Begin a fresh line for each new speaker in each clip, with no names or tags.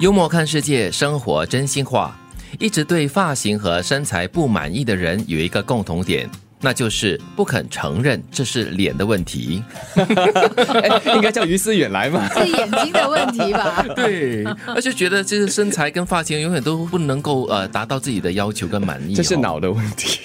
幽默看世界，生活真心话。一直对发型和身材不满意的人有一个共同点，那就是不肯承认这是脸的问题。
应该叫于思远来嘛。
是眼睛的问题 吧？
对，而且觉得这个身材跟发型永远都不能够呃达到自己的要求跟满意、哦
这是。脑的问题，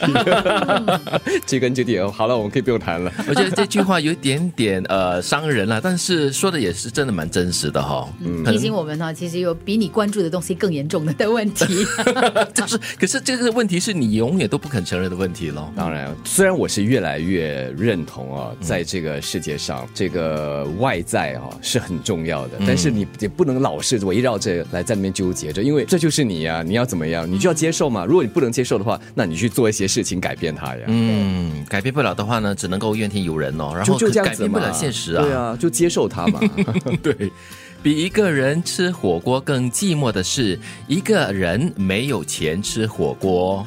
追根究底哦。好了，我们可以不用谈了。
我觉得这句话有一点点呃伤人了，但是说的也是真的蛮真实的哈、嗯，可 能
提醒我们呢，其实有比你关注的东西更严重的的问 题。
就是，可是这个问题是你永远都不肯承认的问题咯。
当然，虽然我是越来越认同啊，在这个世界上，这个外在啊是很重要的，但是你也不能老是围绕着来在那边纠结着，因为这就是你呀、你要怎么样，你就要接受嘛。如果你不能接受的话，那你去做一些事情改变它呀。
嗯，改变不了的话呢，只能够怨天尤人哦，然
就
后
就这样
改
子
变不
嘛，
了现实
对啊，就接受它 嘛。
对，比一个人吃火锅更寂寞的是，一个人没有钱吃火锅。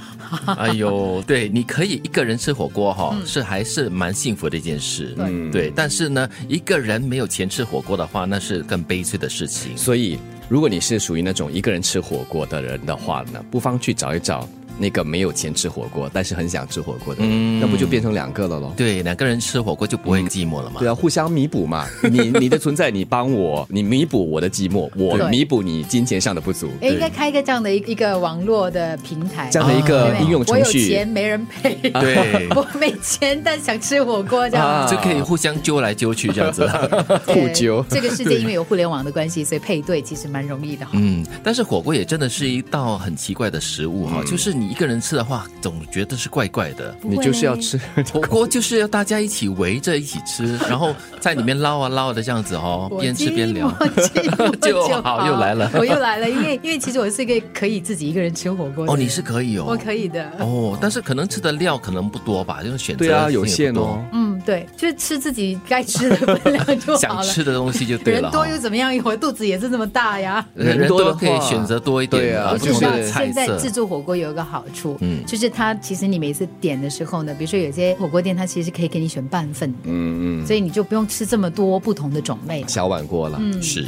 哎呦，对，你可以一个人吃火锅哈、是还是蛮幸福的一件事。
对
嗯对，但是呢，一个人没有钱吃火锅的话，那是更悲催的事情。
所以，如果你是属于那种一个人吃火锅的人的话呢，不妨去找一找那个没有钱吃火锅，但是很想吃火锅的人，
嗯
那不就变成两个了咯？
对，两个人吃火锅就不会寂寞了嘛。
对啊，互相弥补 嘛。你你的存在，你帮我，你弥补我的寂寞，我
对
弥补你金钱上的不足。
哎，应该开一个这样的一一个网络的平台，
这样的一个
对
应用
哦我
程
有
序
钱，没人陪，
对
我没钱但想吃火锅这样
啊。
就可以互相揪来揪去这样子啦。
对
互揪
这个世界因为有互联网的关系，所以配对其实蛮容易的哈。
嗯，但是火锅也真的是一道很奇怪的食物哈、就是你一个人吃的话，总觉得是怪怪的。
你就是要 吃。
火锅就是要大家一起围着一起吃，然后在里面捞啊捞的这样子哦，
我
边吃边聊
寂。寞寂寞
就好又来了
我又来了，因为因为其实我是一个可以自己一个人吃火锅的
哦，
人
你是可以哦，
我可以的，
哦，但是可能吃的料可能不多吧，就是选择
对啊，有
性也
限
不多
哦，。
嗯，对，就是吃自己该吃的分量就 好
想
了。
吃的东西就对
人
了哈、
多又怎么样？我肚子也是这么大呀。
人
人
人
多的
多可以
话
选择多一点，
对啊
然后
我
不
知
同
道
的菜
现在
色
自助火锅有一个好处，
嗯
就是它其实你每次点的时候呢，比如说有些火锅店它其实可以给你选半份，
嗯嗯，
所以你就不用吃这么多不同的种 类。
小碗锅了。
嗯
是。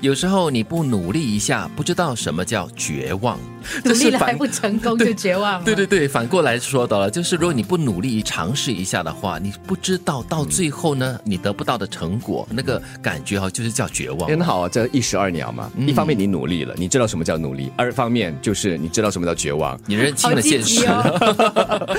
有时候你不努力一下，不知道什么叫绝望，这
努力
是
了还
反
不成 功就绝望了。
对对对，反过来说的了，就是如果你不努力尝试一下的话，你不知道到最后呢，你得不到的成果，那个感觉哈，就是叫绝望。
很好啊，这一石二鸟嘛。
嗯
一方面你努力了，你知道什么叫努力；二方面就是你知道什么叫绝 望。
你认清
好
了
积
现
极
实，
哦！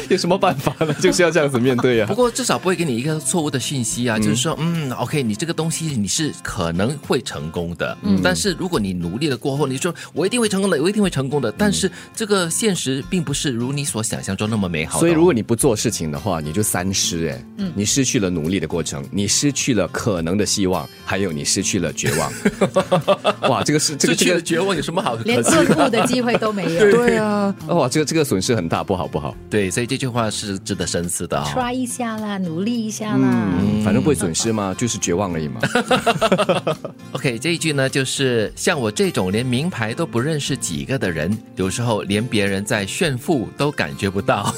有什么办法呢？就是要这样子面对啊呀、
不过至少不会给你一个错误的讯息啊，就是说，嗯，OK，你这个东西你是可能会成功的，但是如果你努力了过后，你说我一定会成功的，我一定会成功的，但是这个现实并不是如你所想象中那么美好的哦。嗯
所以，如果你不做事情的话，你就三失哎，你失去了努力的过程，你失去了可能的希望，还有你失去了绝 望。哇，这个是这
失
个
去
这
了
个
绝望有什么好可
连
惜
进步的机会都没有。
对啊，哇，这个这个损失很大，不好不好，
对，所以这句话是值得深思的啊、
try 一下啦，努力一下啦。
嗯，反正不会损失嘛，就是绝望 而已嘛。
OK，这一句呢，就是像我这种连名牌都不认识几个的人，有时候连别人在炫富都感觉不 到。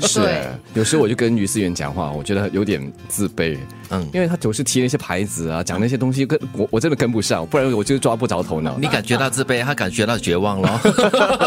是
对，
有时候我就跟于思源讲话，我觉得有点自卑，
嗯，
因为他总是提那些牌子啊，讲那些东西，跟我我真的跟不上，不然我就抓不着头脑。
你感觉到自卑，他感觉到绝望 了。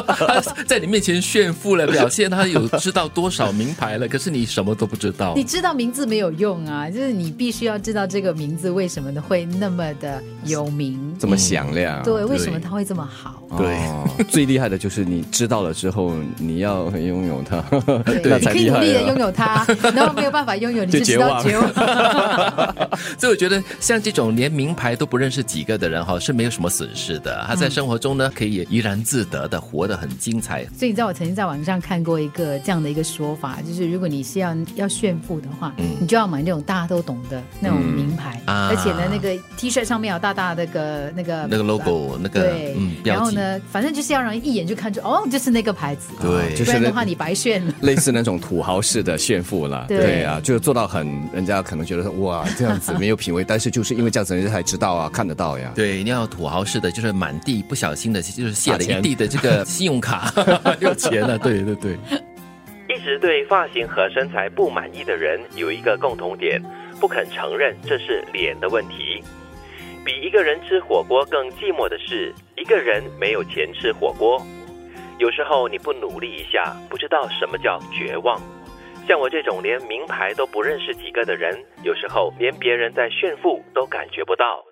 他在你面前炫富了，表现他有知道多少名牌了，可是你什么都不知道
你。知道名字没有用啊，就是你必须要知道这个名字为什么会那么的有名，
怎么响亮？
对，为什么它会这么好？
对
哦， 最厉害的就是你知道了之后，你要拥有它， 那
你
才
可以
厉
努
害
力的拥
啊。
有它，然后没有办法拥有，你就
就
知道
绝
绝望。
所以我觉得，像这种连名牌都不认识几个的人哈，是没有什么损失的。他在生活中呢，可以怡然自得的活得很精彩。
所以你知道，我曾经在网上看过一个这样的一个说法，就是如果你是要要炫富的话，你就要买那种大家都懂的那种名牌，
啊
而且呢，那个 T 恤上面有大大的那个那个
那个 logo，那个
对，
嗯
然
标
后
记，
呢，反正就是要让人一眼就看出，哦，就是那个牌子，
对
就是
不然的
那
话你白炫了。
类似那种土豪式的炫富了。
对
对啊，就是做到很，人家可能觉得说哇这样子没有 品味，但是就是因为这样子人家才知道啊，看得到呀。
对，你要土豪式的，就是满地不小心的，就是卸了
把
一
钱
地的这个信用 卡，要钱了、对对对。一直对发型和身材不满意的人有一个共同点，不肯承认这是脸的问题。比一个人吃火锅更寂寞的是，
一个人没有钱吃火锅，有时候你不努力一下，不知道什么叫绝望。像我这种连名牌都不认识几个的人，有时候连别人在炫富都感觉不到。